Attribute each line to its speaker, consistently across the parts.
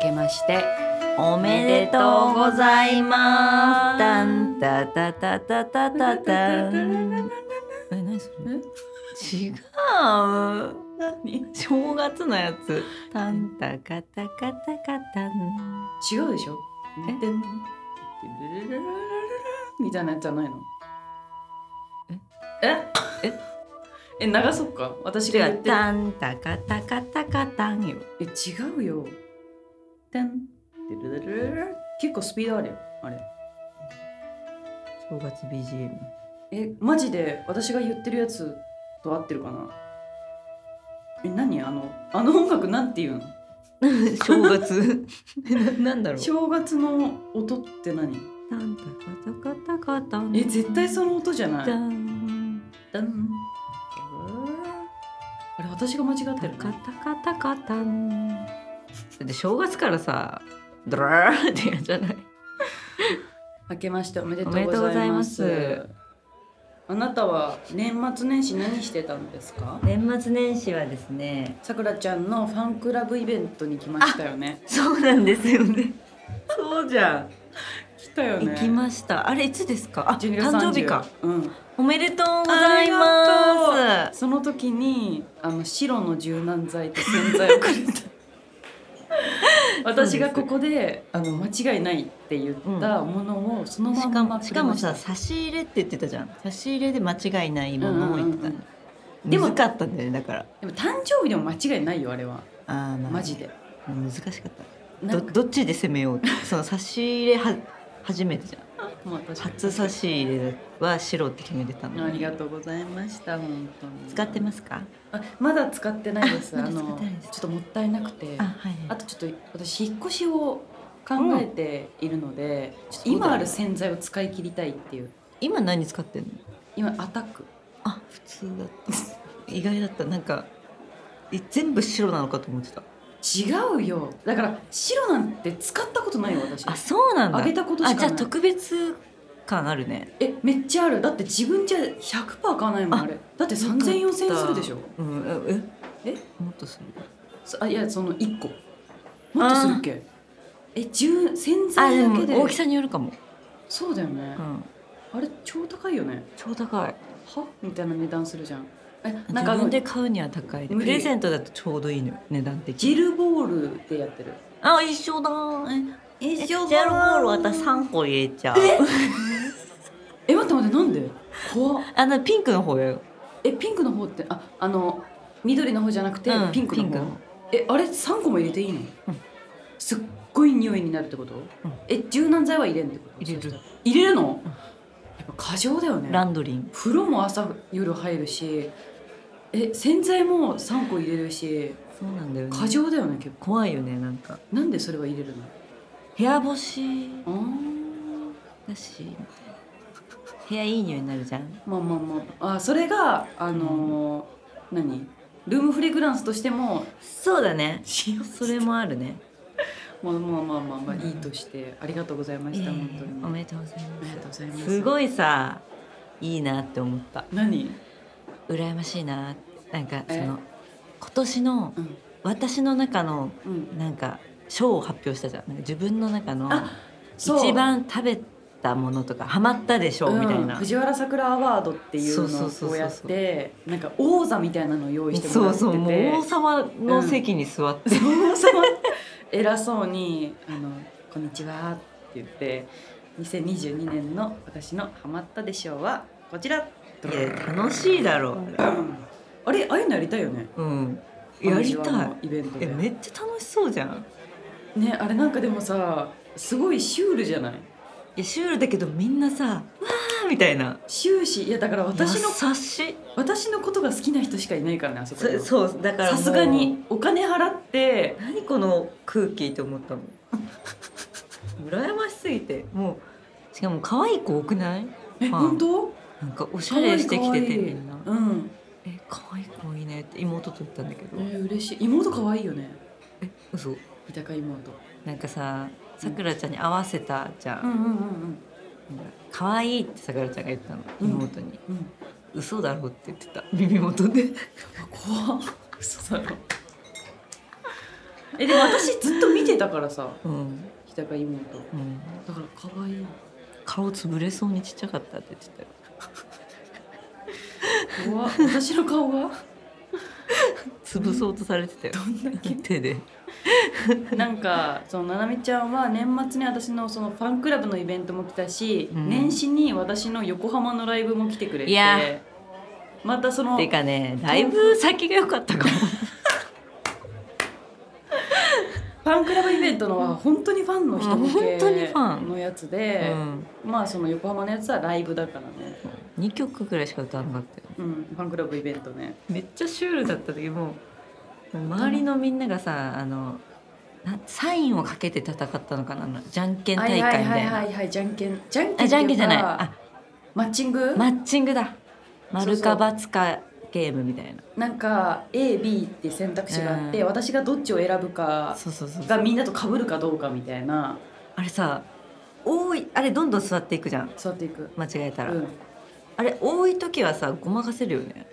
Speaker 1: けまして
Speaker 2: おめでとうございます。たんたたたたたたたん。え、何それ。
Speaker 1: ん
Speaker 2: 違う。何正月のやつ。たんたかたかたかたん。
Speaker 1: 違うでしょ
Speaker 2: え
Speaker 1: でんみたいなやつじゃないのえええ流そうか私が言
Speaker 2: 違
Speaker 1: っ
Speaker 2: う。
Speaker 1: てる
Speaker 2: たんたかたかたかたんよ。
Speaker 1: え違うよてん結構スピードあるよあれ
Speaker 2: 正月 BGM。
Speaker 1: えマジで私が言ってるやつと合ってるかなえ何あのあの音楽なんていうの
Speaker 2: 正月。ななんだろう。
Speaker 1: 正月の音って何
Speaker 2: たんたかたかたかたん。
Speaker 1: え絶対その音じゃない
Speaker 2: たん。
Speaker 1: ダンあれ私が間違って
Speaker 2: た
Speaker 1: る
Speaker 2: か
Speaker 1: ね
Speaker 2: たかたかたん。だって正月からさ、ドラーってやんじゃない。
Speaker 1: 明けましておめでと
Speaker 2: おめ
Speaker 1: う
Speaker 2: で
Speaker 1: ご
Speaker 2: とうご
Speaker 1: ざ
Speaker 2: ざ
Speaker 1: い
Speaker 2: い
Speaker 1: ま
Speaker 2: ますす
Speaker 1: あなたは年末年始何してたんですか
Speaker 2: 年末年始はですね、
Speaker 1: さくらちゃんのファンクラブイベントに来ましたよね
Speaker 2: そうなんですよね。そうじゃん。
Speaker 1: 来たよ
Speaker 2: 行きました。あれいつですか。あ、
Speaker 1: 12月
Speaker 2: 誕
Speaker 1: 30
Speaker 2: 生日か。
Speaker 1: うん
Speaker 2: おめでとうございます。
Speaker 1: その時にあの白の柔軟剤と洗剤をくれた私がここであの間違いないって言ったものをそのま
Speaker 2: し
Speaker 1: ん
Speaker 2: か
Speaker 1: まくれま
Speaker 2: も
Speaker 1: た
Speaker 2: しかもさ差し入れって言ってたじゃん差し入れで間違いないものを言ってた、
Speaker 1: うんうんん
Speaker 2: でも難かったんだよねだから
Speaker 1: でも誕生日でも間違いないよあれは
Speaker 2: あーまあ
Speaker 1: マジで
Speaker 2: 難しかった
Speaker 1: なん
Speaker 2: ど
Speaker 1: か
Speaker 2: どっちで攻めようってその差し入れは初めてじゃん
Speaker 1: まあ確かに
Speaker 2: 初差し入れは白って決めてたの
Speaker 1: ありがとうございました本当に
Speaker 2: 使って
Speaker 1: す
Speaker 2: ますか
Speaker 1: あまだ使ってないです
Speaker 2: あ
Speaker 1: あ
Speaker 2: まだ使
Speaker 1: の
Speaker 2: ってないです
Speaker 1: ちょっともったいなくて
Speaker 2: あ
Speaker 1: あ
Speaker 2: はい
Speaker 1: とちょっと私引っ越しを考えているので、ちょっと
Speaker 2: そう
Speaker 1: 今
Speaker 2: だよ
Speaker 1: ある洗剤を使い切りたいっていう
Speaker 2: 今何使ってんの
Speaker 1: 今アタック
Speaker 2: あ普通だった意外だったなんかい全部白なのかと思ってた
Speaker 1: 違うよだから白なんて使ったことないよ私
Speaker 2: あそうなんだ
Speaker 1: あげたことしか
Speaker 2: あ
Speaker 1: ない
Speaker 2: じゃあ特別感あるね
Speaker 1: えめっちゃあるだって自分じゃ100%買わないもん
Speaker 2: あ
Speaker 1: あれだって30004000するでしょ
Speaker 2: うん
Speaker 1: え
Speaker 2: えもっとする
Speaker 1: そあいやその1個もっとするっけえ10洗
Speaker 2: あ
Speaker 1: 剤
Speaker 2: で
Speaker 1: だけで
Speaker 2: も大きさによるかも、
Speaker 1: そうだよね、
Speaker 2: うん、
Speaker 1: あれ超高いよね
Speaker 2: 超高い
Speaker 1: はみたいな値段するじゃんえな
Speaker 2: 自
Speaker 1: んかあの
Speaker 2: 分で買うには高い
Speaker 1: 無
Speaker 2: プ
Speaker 1: 理
Speaker 2: レゼントだとちょうどいいのよ値段的
Speaker 1: ジ
Speaker 2: に
Speaker 1: ルボールでやってる
Speaker 2: あ一緒だ一
Speaker 1: 緒だ
Speaker 2: ジェルボール私三個入れちゃう
Speaker 1: え待って待ってなんで怖っ
Speaker 2: あのピンクの方よ、
Speaker 1: えピンクの方ってああの緑の方じゃなくて、
Speaker 2: うん
Speaker 1: ピンクの方
Speaker 2: ピンクの方
Speaker 1: えあれ3個も入れていいの、
Speaker 2: うん
Speaker 1: すっごい匂いになるってこと、え柔軟剤は入れんってこと
Speaker 2: 入れる
Speaker 1: そしたら入れるの、やっぱ過剰だよね
Speaker 2: ランドリン
Speaker 1: 風呂も朝夜入るしえ洗剤も3個入れるし
Speaker 2: そうなんだよね
Speaker 1: 過剰だよね結
Speaker 2: 怖いよねなんか
Speaker 1: 構なんでそれは入れるの
Speaker 2: 部屋干し
Speaker 1: あー
Speaker 2: だしみたいな部屋いい匂いになるじゃん
Speaker 1: まあまあまああそれがあのー何ルームフレグランスとしても
Speaker 2: そうだね
Speaker 1: 使用
Speaker 2: それもあるね
Speaker 1: まあまあまあまあまあいいとしてありがとうございました、
Speaker 2: いやい
Speaker 1: 本
Speaker 2: や
Speaker 1: 当に
Speaker 2: おめでとうござい
Speaker 1: ありがとうございま
Speaker 2: ます
Speaker 1: す
Speaker 2: す
Speaker 1: い
Speaker 2: ごいさいいなって思った
Speaker 1: 何
Speaker 2: 羨ましいななんかそ
Speaker 1: え
Speaker 2: の今年の
Speaker 1: うん
Speaker 2: 私の中の
Speaker 1: うん
Speaker 2: なんか賞を発表したじゃんなんか自分の中の
Speaker 1: あそう
Speaker 2: 一番食べたものとかハマったでしょ、みたい
Speaker 1: うん
Speaker 2: な
Speaker 1: 藤原さくらアワードっていう
Speaker 2: そ
Speaker 1: のを
Speaker 2: うそうそうそう
Speaker 1: こうやってなんか王座みたいなのを用意しても
Speaker 2: そ
Speaker 1: ら
Speaker 2: う
Speaker 1: ってて
Speaker 2: そうもう王様の席に座って、
Speaker 1: そうそう 偉そうにあの「こんにちは」って言って2022年の私のハマったでしょうはこちら
Speaker 2: いや楽しいだろうあれ
Speaker 1: あれああいうのやりたいよね
Speaker 2: うんやり
Speaker 1: あの
Speaker 2: た
Speaker 1: あの
Speaker 2: い
Speaker 1: イベント
Speaker 2: え
Speaker 1: で
Speaker 2: めっちゃ楽しそうじゃん
Speaker 1: ねあれなんかでもさすごいシュールじゃない
Speaker 2: いやシュールだけどみんなさわーみたいな
Speaker 1: 終始いやだから私の
Speaker 2: 優しい
Speaker 1: 私のことが好きな人しかいないからねあそこで
Speaker 2: そ
Speaker 1: は
Speaker 2: そうだからも
Speaker 1: さ
Speaker 2: う
Speaker 1: すがにお金払って
Speaker 2: 何この空気って思ったの 羨ましすぎてもうしかも可愛い子多くない
Speaker 1: え
Speaker 2: まあ
Speaker 1: 本当
Speaker 2: なんかおしゃれしてきててみんな
Speaker 1: うん
Speaker 2: え可愛い子いいねって妹と言ったんだ
Speaker 1: え
Speaker 2: けど、
Speaker 1: ー嬉しい妹可愛いよね
Speaker 2: え嘘
Speaker 1: 三鷹妹
Speaker 2: なんかささくらちゃんに合わせたじゃ
Speaker 1: うん
Speaker 2: ん、
Speaker 1: うんうん
Speaker 2: なんか可愛いってさくらちゃんが言ったの
Speaker 1: うん
Speaker 2: 妹に、
Speaker 1: うんうん
Speaker 2: 嘘だろって言ってた耳元で
Speaker 1: あ怖っ嘘だろえでも私ずっと見てたからさ
Speaker 2: うん、
Speaker 1: 日高妹だ
Speaker 2: うん、
Speaker 1: から可愛い
Speaker 2: 顔潰れそうにちっちゃかったって言ってたよ
Speaker 1: 怖っ私の顔が
Speaker 2: 潰そうとされてたよ、手で
Speaker 1: なんかそのななみちゃんは年末に私のそのファンクラブのイベントも来たし、
Speaker 2: うん
Speaker 1: 年始に私の横浜のライブも来てくれて
Speaker 2: いや
Speaker 1: またその
Speaker 2: てかねだいぶ先が良かったかも
Speaker 1: ファンクラブイベントのは本当にファンの人向
Speaker 2: うん本当に
Speaker 1: け
Speaker 2: ファン
Speaker 1: のやつで、まあその横浜のやつはライブだからね、
Speaker 2: うん、2曲くらいしか歌わなかったよ
Speaker 1: うん、ファンクラブイベントね
Speaker 2: めっちゃシュールだった時もうもう周りのみんながさあのなサインをかけて戦ったのかなあのじゃんけん
Speaker 1: はい
Speaker 2: 大会み
Speaker 1: は
Speaker 2: た
Speaker 1: い
Speaker 2: いな、
Speaker 1: はいはいはいじゃんけんじゃんけん
Speaker 2: あじゃんけんじゃな
Speaker 1: っ
Speaker 2: い
Speaker 1: てうか
Speaker 2: あ
Speaker 1: マッチング、
Speaker 2: マッチングだ
Speaker 1: そう
Speaker 2: 丸か×かゲームみたいな
Speaker 1: なんか AB って選択肢があって、
Speaker 2: うん
Speaker 1: 私がどっちを選ぶか
Speaker 2: そうそうそう
Speaker 1: がみんなと被るかどうかみたいな
Speaker 2: あれさ多いあれどんどん座っていくじゃん
Speaker 1: 座っていく
Speaker 2: 間違えたら、
Speaker 1: うん、
Speaker 2: あれ多い時はさごまかせるよね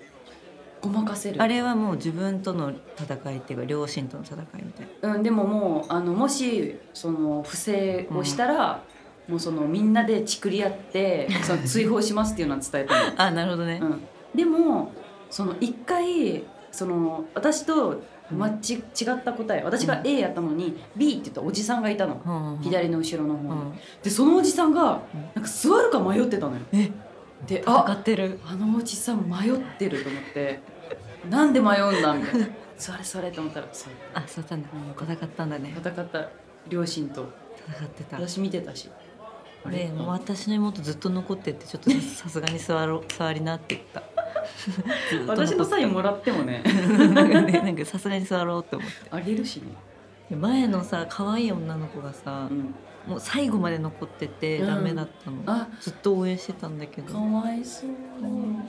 Speaker 1: ごまかせる
Speaker 2: あれはもう自分との戦いっていうか両親との戦いみたいな
Speaker 1: うん、でももうあのもしその不正をしたら、もうそのみんなでチクり合ってその追放しますっていうのは伝えた
Speaker 2: あなるほどね
Speaker 1: の、うん、でもその一回その私とまち違った答え私が
Speaker 2: うん
Speaker 1: A やったのに B って言ったおじさんがいたの、
Speaker 2: うん
Speaker 1: 左の後ろの方に、
Speaker 2: うん
Speaker 1: でそのおじさんが
Speaker 2: うん
Speaker 1: なんか座るか迷ってたのよ
Speaker 2: え
Speaker 1: で
Speaker 2: 戦
Speaker 1: あ
Speaker 2: ってる
Speaker 1: あのおじさん迷ってると思ってなんで迷うんだみたいな座れ座れと思ったらそう
Speaker 2: あそうだね
Speaker 1: うん
Speaker 2: 戦ったんだね
Speaker 1: 戦った両親と
Speaker 2: 戦ってた
Speaker 1: 私見てたしあれ
Speaker 2: でもう私の妹ずっと残ってってちょっとささすがに座ろう座りなって言った ずっと残って
Speaker 1: 私のサインもらってもね
Speaker 2: なんかねなんかさすがに座ろうって思って
Speaker 1: あげるしね、
Speaker 2: で前のさ可愛い女の子がさ、
Speaker 1: うん、
Speaker 2: もう最後まで残ってて
Speaker 1: うん
Speaker 2: ダメだったの、
Speaker 1: あ
Speaker 2: ずっと応援してたんだけど
Speaker 1: かわいそう
Speaker 2: うん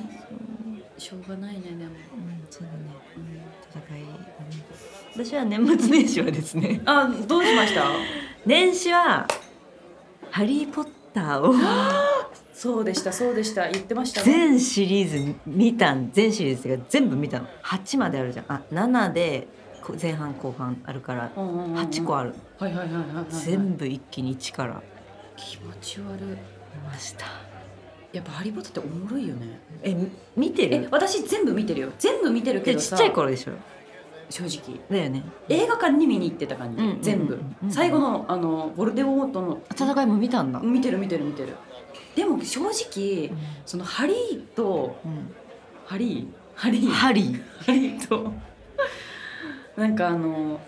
Speaker 1: しょうがないねでも、
Speaker 2: うんそうだね
Speaker 1: うん
Speaker 2: 戦い、うん私は年末年始はで すね
Speaker 1: あどうしました
Speaker 2: 年始は「ハリー・ポッター」を
Speaker 1: そうでしたそうでした言ってましたね
Speaker 2: 全シリーズ見たん全シリーズっていうか全部見たの8まであるじゃんあ7でこ前半後半あるから
Speaker 1: うんうんうんうん
Speaker 2: 8個ある
Speaker 1: はいはいはいはいはいはい
Speaker 2: 全部一気に1から
Speaker 1: 気持ち悪い
Speaker 2: 見ました
Speaker 1: やっぱハリー・ポッターっておもろいよね
Speaker 2: え見て
Speaker 1: え
Speaker 2: る
Speaker 1: 私全部見てるよ全部見てるけ
Speaker 2: で
Speaker 1: ど
Speaker 2: ち
Speaker 1: さ
Speaker 2: っちゃい頃でしょ
Speaker 1: 正直
Speaker 2: だよね
Speaker 1: 映画館に見に行ってた感じ、
Speaker 2: うん
Speaker 1: 全部、
Speaker 2: うんうんうん
Speaker 1: 最後のあのボルデモートの
Speaker 2: 戦いも見たんだ
Speaker 1: 見てる見てる見てるでも正直そのハリーとハリーハリー
Speaker 2: ハリー
Speaker 1: ハリーとなんかあの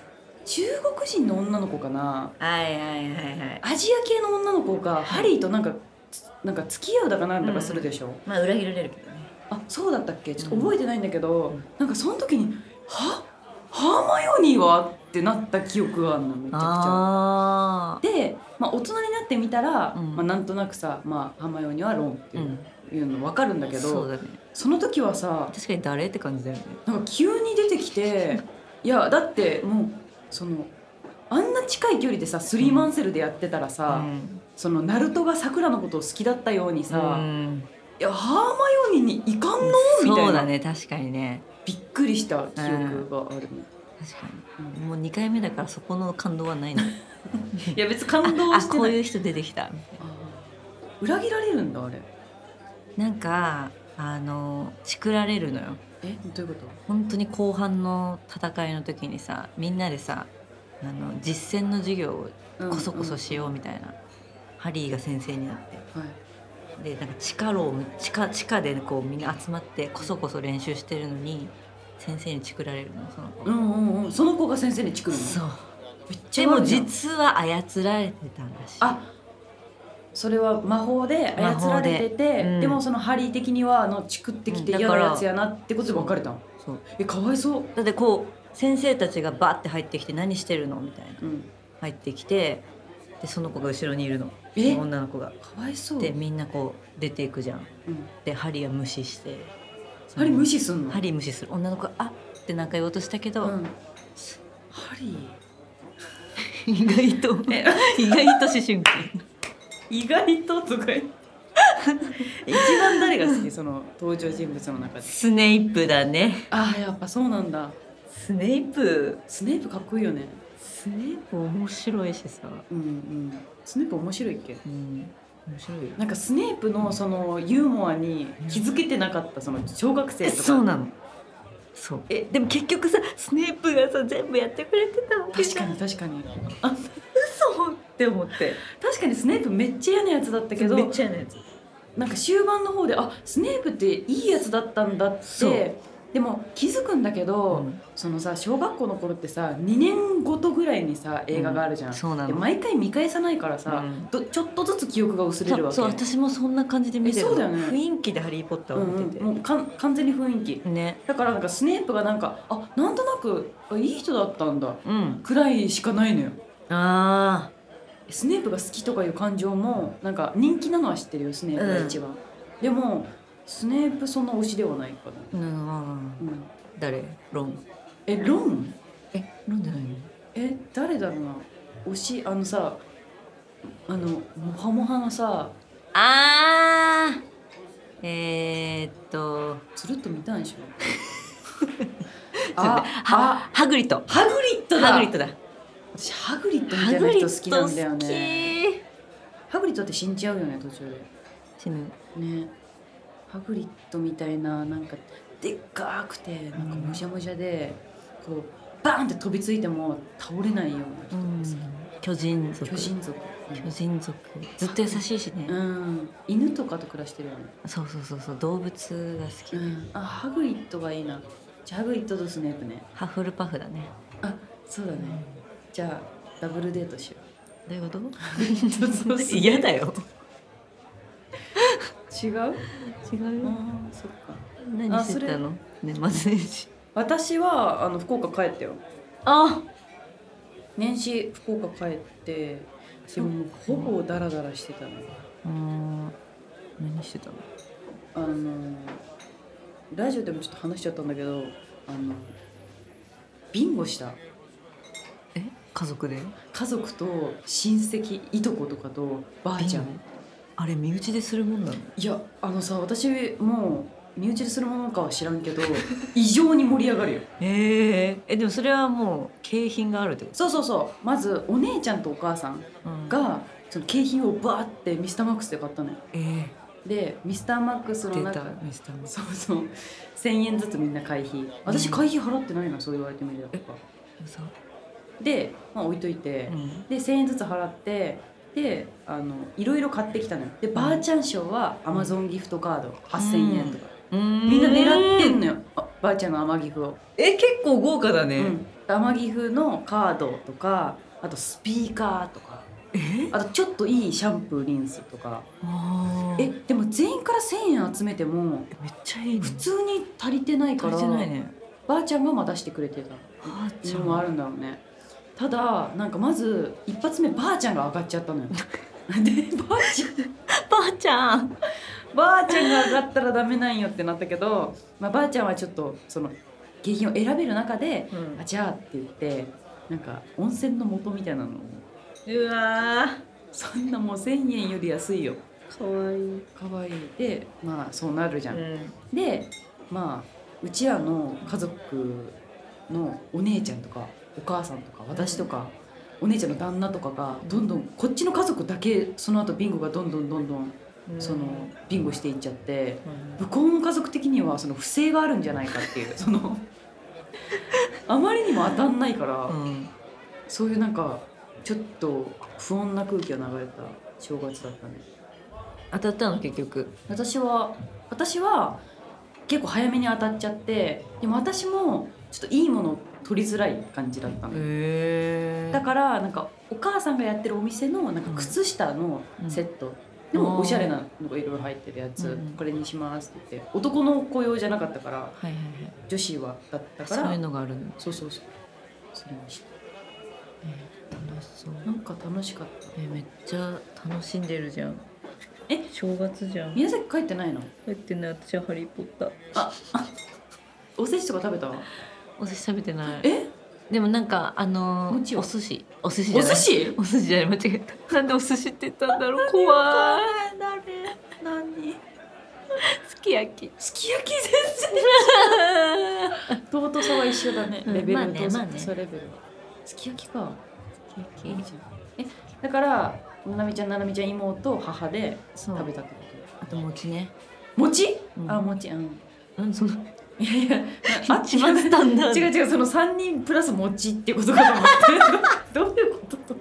Speaker 1: 中国人の女の子かな
Speaker 2: はいはいはいはい
Speaker 1: アジア系の女の子がハリーとなんかつなんか付き合うだかなんだかするでしょ、
Speaker 2: まあ裏切られるけどね
Speaker 1: あそうだったっけちょっと覚えてないんだけど、
Speaker 2: うん
Speaker 1: なんかその時に「はハーマヨニーは?」ってなった記憶があるのめちゃくちゃ。
Speaker 2: あ
Speaker 1: で、まあ、大人になってみたら、
Speaker 2: うん
Speaker 1: まあ、なんとなくさ、まあ、ハマヨニはロンって
Speaker 2: ー
Speaker 1: いううんいうの分かるんだけ
Speaker 2: そ
Speaker 1: ど、
Speaker 2: うだね
Speaker 1: その時はさ
Speaker 2: 確かに誰って感じだよね
Speaker 1: なんか急に出てきていやだってもうそのあんな近い距離でさスリーマンセルでやってたらさ、
Speaker 2: うん
Speaker 1: そのナルトがさくらのことを好きだったようにさ「
Speaker 2: う
Speaker 1: い
Speaker 2: ん
Speaker 1: やハーマヨニーにいかんの?」みた
Speaker 2: そ
Speaker 1: いうな、
Speaker 2: だね確かにね
Speaker 1: びっくりした記憶があるね。
Speaker 2: 確か
Speaker 1: う
Speaker 2: に
Speaker 1: ん
Speaker 2: もう2回目だからそこの感動は ないの
Speaker 1: いや別に感動
Speaker 2: あ
Speaker 1: して
Speaker 2: こ
Speaker 1: な
Speaker 2: う
Speaker 1: い
Speaker 2: いう人出てきたみたい
Speaker 1: あー裏切られるんだあれ
Speaker 2: ななんかあのチクられるのよ
Speaker 1: えどういうこと
Speaker 2: 本当に後半の戦いの時にさみんなでさあの実践の授業をこそこそしようみたいな、ハリーが先生になって
Speaker 1: うんうんはい
Speaker 2: でなんか地下牢地下地下でこうみんな集まってこそこそ練習してるのに先生にチクられるのその子、
Speaker 1: うんうんうんその子が先生にチクるの
Speaker 2: そう
Speaker 1: めっちゃ
Speaker 2: でも
Speaker 1: 悪いじゃん
Speaker 2: 実は操られてたらしい
Speaker 1: あそれは魔法で操られてて
Speaker 2: 魔法で
Speaker 1: で,、
Speaker 2: うん
Speaker 1: もそのハリー的にはあのチクってきて
Speaker 2: うん
Speaker 1: 嫌
Speaker 2: だか
Speaker 1: な
Speaker 2: ら
Speaker 1: やつやなってことで別れたの
Speaker 2: そう
Speaker 1: えかわいそう、
Speaker 2: だってこう先生たちがバーって入ってきて何してるのみたいな
Speaker 1: うん、
Speaker 2: 入ってきてでその子が後ろにいるの
Speaker 1: えか
Speaker 2: 女の子が
Speaker 1: わいそう、う
Speaker 2: でみんなこう出ていくじゃん
Speaker 1: ん、
Speaker 2: でハリーは無視して
Speaker 1: ハリー無視すんの
Speaker 2: ハリー無視する女の子が「あっ」ってなんか言おうとしたけど、
Speaker 1: うん、ハリー
Speaker 2: 意外と
Speaker 1: え
Speaker 2: 意外と思春期
Speaker 1: 意外ととか言って 一番誰が好きその登場人物の中で
Speaker 2: スネイプだね
Speaker 1: ああやっぱそうなんだ
Speaker 2: スネイプ
Speaker 1: スネープかっこいいよねスネ
Speaker 2: ープ面白いしさ、
Speaker 1: うんうん、スネープ面白いっけ
Speaker 2: うん、面白いよ
Speaker 1: なんかスネープのそのユーモアに気づけてなかったその小学生
Speaker 2: え
Speaker 1: とか
Speaker 2: そうなのそうえでも結局さスネープがさ全部やってくれてたわけ
Speaker 1: 確
Speaker 2: じ
Speaker 1: か
Speaker 2: ゃん
Speaker 1: に確かに
Speaker 2: 嘘って思って
Speaker 1: 確かにスネープめっちゃ嫌なやつだったけど
Speaker 2: めっちゃ嫌なやつ
Speaker 1: なんか終盤の方であスネープっていいやつだったんだっ
Speaker 2: そう
Speaker 1: てでも気づくんだけど、そのさ小学校の頃ってさ2年ごとぐらいにさ映画があるじゃん、
Speaker 2: そうな
Speaker 1: で
Speaker 2: の
Speaker 1: 毎回見返さないからさ、
Speaker 2: うん
Speaker 1: どちょっとずつ記憶が薄れ
Speaker 2: そ
Speaker 1: るわ
Speaker 2: う
Speaker 1: け
Speaker 2: そう私もそんな感じで見てる
Speaker 1: えそうだよね
Speaker 2: 雰囲気で「ハリー・ポッター」
Speaker 1: う
Speaker 2: を
Speaker 1: んうん
Speaker 2: 見てて、
Speaker 1: もうかん完全に雰囲気
Speaker 2: ね
Speaker 1: だからなんかスネープがなんかあなんとなくあいい人だったんだ
Speaker 2: うん
Speaker 1: くらいしかないのよ
Speaker 2: あ
Speaker 1: スネープが好きとかいう感情もなんか人気なのは知ってるよスネープが一番、でもスネープそんな推しではないかな、
Speaker 2: ーうん
Speaker 1: うん、
Speaker 2: 誰ロン
Speaker 1: えロン
Speaker 2: えロンじゃないの
Speaker 1: え誰だろうな推しあのさあのモハモハのさ
Speaker 2: あーえー、っと
Speaker 1: つるっと見たんでしょ
Speaker 2: ちょっと
Speaker 1: あ
Speaker 2: 待って
Speaker 1: あ
Speaker 2: ハハグリッド
Speaker 1: ハグリッドだ
Speaker 2: ハグリッドだ
Speaker 1: 私ハグリッドみたいな人好きなんだよね
Speaker 2: ハグリッド好
Speaker 1: ハグリッドって死んじゃうよね途中
Speaker 2: き死ぬ
Speaker 1: でねハグリッドみたいななんかでっかくてなんかもじゃもじゃでこうバーンって飛びついても倒れないような人が好
Speaker 2: 巨人
Speaker 1: き
Speaker 2: 族
Speaker 1: 巨人族
Speaker 2: 巨人族ずっと優しいしね、
Speaker 1: うん犬とかと暮らしてるよね
Speaker 2: そうそうそうそう動物が好き、
Speaker 1: うん、あハグリッドがいいなじゃあハグリッドとスネープね
Speaker 2: ハッフルパフだね
Speaker 1: あそうだねじゃあダブルデートしよ
Speaker 2: どういうこ
Speaker 1: う
Speaker 2: と嫌だよ
Speaker 1: 違うあ
Speaker 2: 違う
Speaker 1: ー
Speaker 2: よ
Speaker 1: そっか
Speaker 2: 何してたの年末年始
Speaker 1: 私はあの福岡帰ったよ
Speaker 2: あ
Speaker 1: 年始福岡帰ってでももうほぼダラダラしてたの
Speaker 2: うん何してたの
Speaker 1: あのラジオでもちょっと話しちゃったんだけどあのビンゴした
Speaker 2: え家族で
Speaker 1: 家族と親戚いとことかとばあちゃん
Speaker 2: ビンゴあれ身内でするもんなの
Speaker 1: いやあのさ私もう身内でするものかは知らんけど 異常に盛り上がるよ
Speaker 2: えええでもそれはもう景品があるってこ
Speaker 1: そうそうそうまずお姉ちゃんとお母さん
Speaker 2: と、
Speaker 1: がその景品をバーってミスターマックスで買ったのよ
Speaker 2: え
Speaker 1: でミスターマックス
Speaker 2: え
Speaker 1: の
Speaker 2: 出
Speaker 1: 中
Speaker 2: たミスターも
Speaker 1: そうそう1,000円ずつみんな会費私会費払ってないなそう言われてみれば
Speaker 2: 嘘
Speaker 1: で、まあ、置いといて、
Speaker 2: うん
Speaker 1: で1,000円ずつ払ってであのいろいろ買ってきたのよでばあちゃん賞はアマゾンギフトカード8,000円とか、み
Speaker 2: み
Speaker 1: んな狙ってんのよあばあちゃんの天城を、
Speaker 2: え結構豪華だ
Speaker 1: う
Speaker 2: ね、
Speaker 1: ん、天城のカードとかあとスピーカーとか
Speaker 2: え
Speaker 1: あとちょっといいシャンプーリンスとか
Speaker 2: あー
Speaker 1: えでも全員から1,000円集めても
Speaker 2: めっちゃいいね
Speaker 1: 普通に足りてないから
Speaker 2: 足りてないね
Speaker 1: ばあちゃんがまあ出してくれてた
Speaker 2: ばあ
Speaker 1: のもあるんだろうねただなんかまず一発目ばあちゃんが上がっちゃったのよ でばあちゃん
Speaker 2: ばあちゃん
Speaker 1: ばあちゃんが上がったらダメなんよってなったけど、まあ、ばあちゃんはちょっとその景品を選べる中で「あじゃあ」って言ってなんか温泉の素みたいなのを
Speaker 2: うわ
Speaker 1: そんなもう1,000円より安いよ
Speaker 2: ーかわいい
Speaker 1: かわいいでまあそうなるじゃん、
Speaker 2: ん
Speaker 1: でまあうちらの家族のお姉ちゃんとかお母さんとか私とか、お姉ちゃんの旦那とかがどんどんこっちの家族だけその後ビンゴがどんどんどんどんそのビンゴしていっちゃって向こうの家族的にはその不正があるんじゃないかっていう そのあまりにも当たんないから、
Speaker 2: うん
Speaker 1: そういうなんかちょっと不穏な空気が流れた正月だったね。
Speaker 2: 当たったの結局
Speaker 1: 私は私は結構早めに当たっちゃってでも私もちょっといいものを取りづらい感じだったの、
Speaker 2: へえ
Speaker 1: だからなんかお母さんがやってるお店のなんか靴下のセット、でもおしゃれなのがいろいろ入ってるやつ、
Speaker 2: うん
Speaker 1: これにしますって言って男の子用じゃなかったから
Speaker 2: はいはい
Speaker 1: 女子はだった
Speaker 2: はい
Speaker 1: か
Speaker 2: そ
Speaker 1: ら
Speaker 2: ういうのがあるの
Speaker 1: そうそうそうそれにした
Speaker 2: 楽しそう
Speaker 1: なんか楽しかった
Speaker 2: えめっちゃ楽しんでるじゃん
Speaker 1: え
Speaker 2: 正月じゃん
Speaker 1: 宮崎帰ってないの
Speaker 2: 入ってない私はハリーポッター
Speaker 1: おせちとか食べた
Speaker 2: お寿司食べてない
Speaker 1: え
Speaker 2: でもなんかあの
Speaker 1: 餅
Speaker 2: ー、
Speaker 1: は
Speaker 2: お寿司お寿司じ
Speaker 1: お
Speaker 2: ゃな
Speaker 1: 寿
Speaker 2: い
Speaker 1: 司
Speaker 2: お寿司じゃない間違えたなんでお寿司って言ったんだろう怖い
Speaker 1: 誰何
Speaker 2: すき焼 き
Speaker 1: すき焼き全然尊さは一緒だね
Speaker 2: うん
Speaker 1: レベル
Speaker 2: まあ
Speaker 1: の
Speaker 2: ね
Speaker 1: 尊さ
Speaker 2: まあね
Speaker 1: そうレベルはすき焼きか
Speaker 2: ケ
Speaker 1: いい
Speaker 2: ーキ
Speaker 1: じゃんえだからななみちゃんななみちゃん妹母で
Speaker 2: そう
Speaker 1: 食べたってこ
Speaker 2: あと餅ね
Speaker 1: と餅、
Speaker 2: うん
Speaker 1: あ餅うん
Speaker 2: うんその
Speaker 1: いや いやあ
Speaker 2: 一番スタンダード
Speaker 1: 違う違うその3人プラス餅ってことかと思ってどういうことと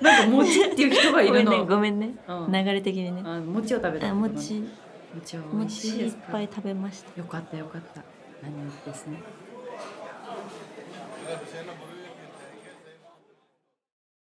Speaker 1: なんか餅っていう人がい
Speaker 2: ごめ
Speaker 1: る
Speaker 2: んね
Speaker 1: の、
Speaker 2: ごめんね
Speaker 1: うん、
Speaker 2: 流れ的にね
Speaker 1: あ餅を食べたって
Speaker 2: あ
Speaker 1: ことね
Speaker 2: 餅
Speaker 1: 餅は美味しい
Speaker 2: 餅い
Speaker 1: で
Speaker 2: っ
Speaker 1: すか
Speaker 2: ぱい食べました
Speaker 1: よかったよかった何よりですね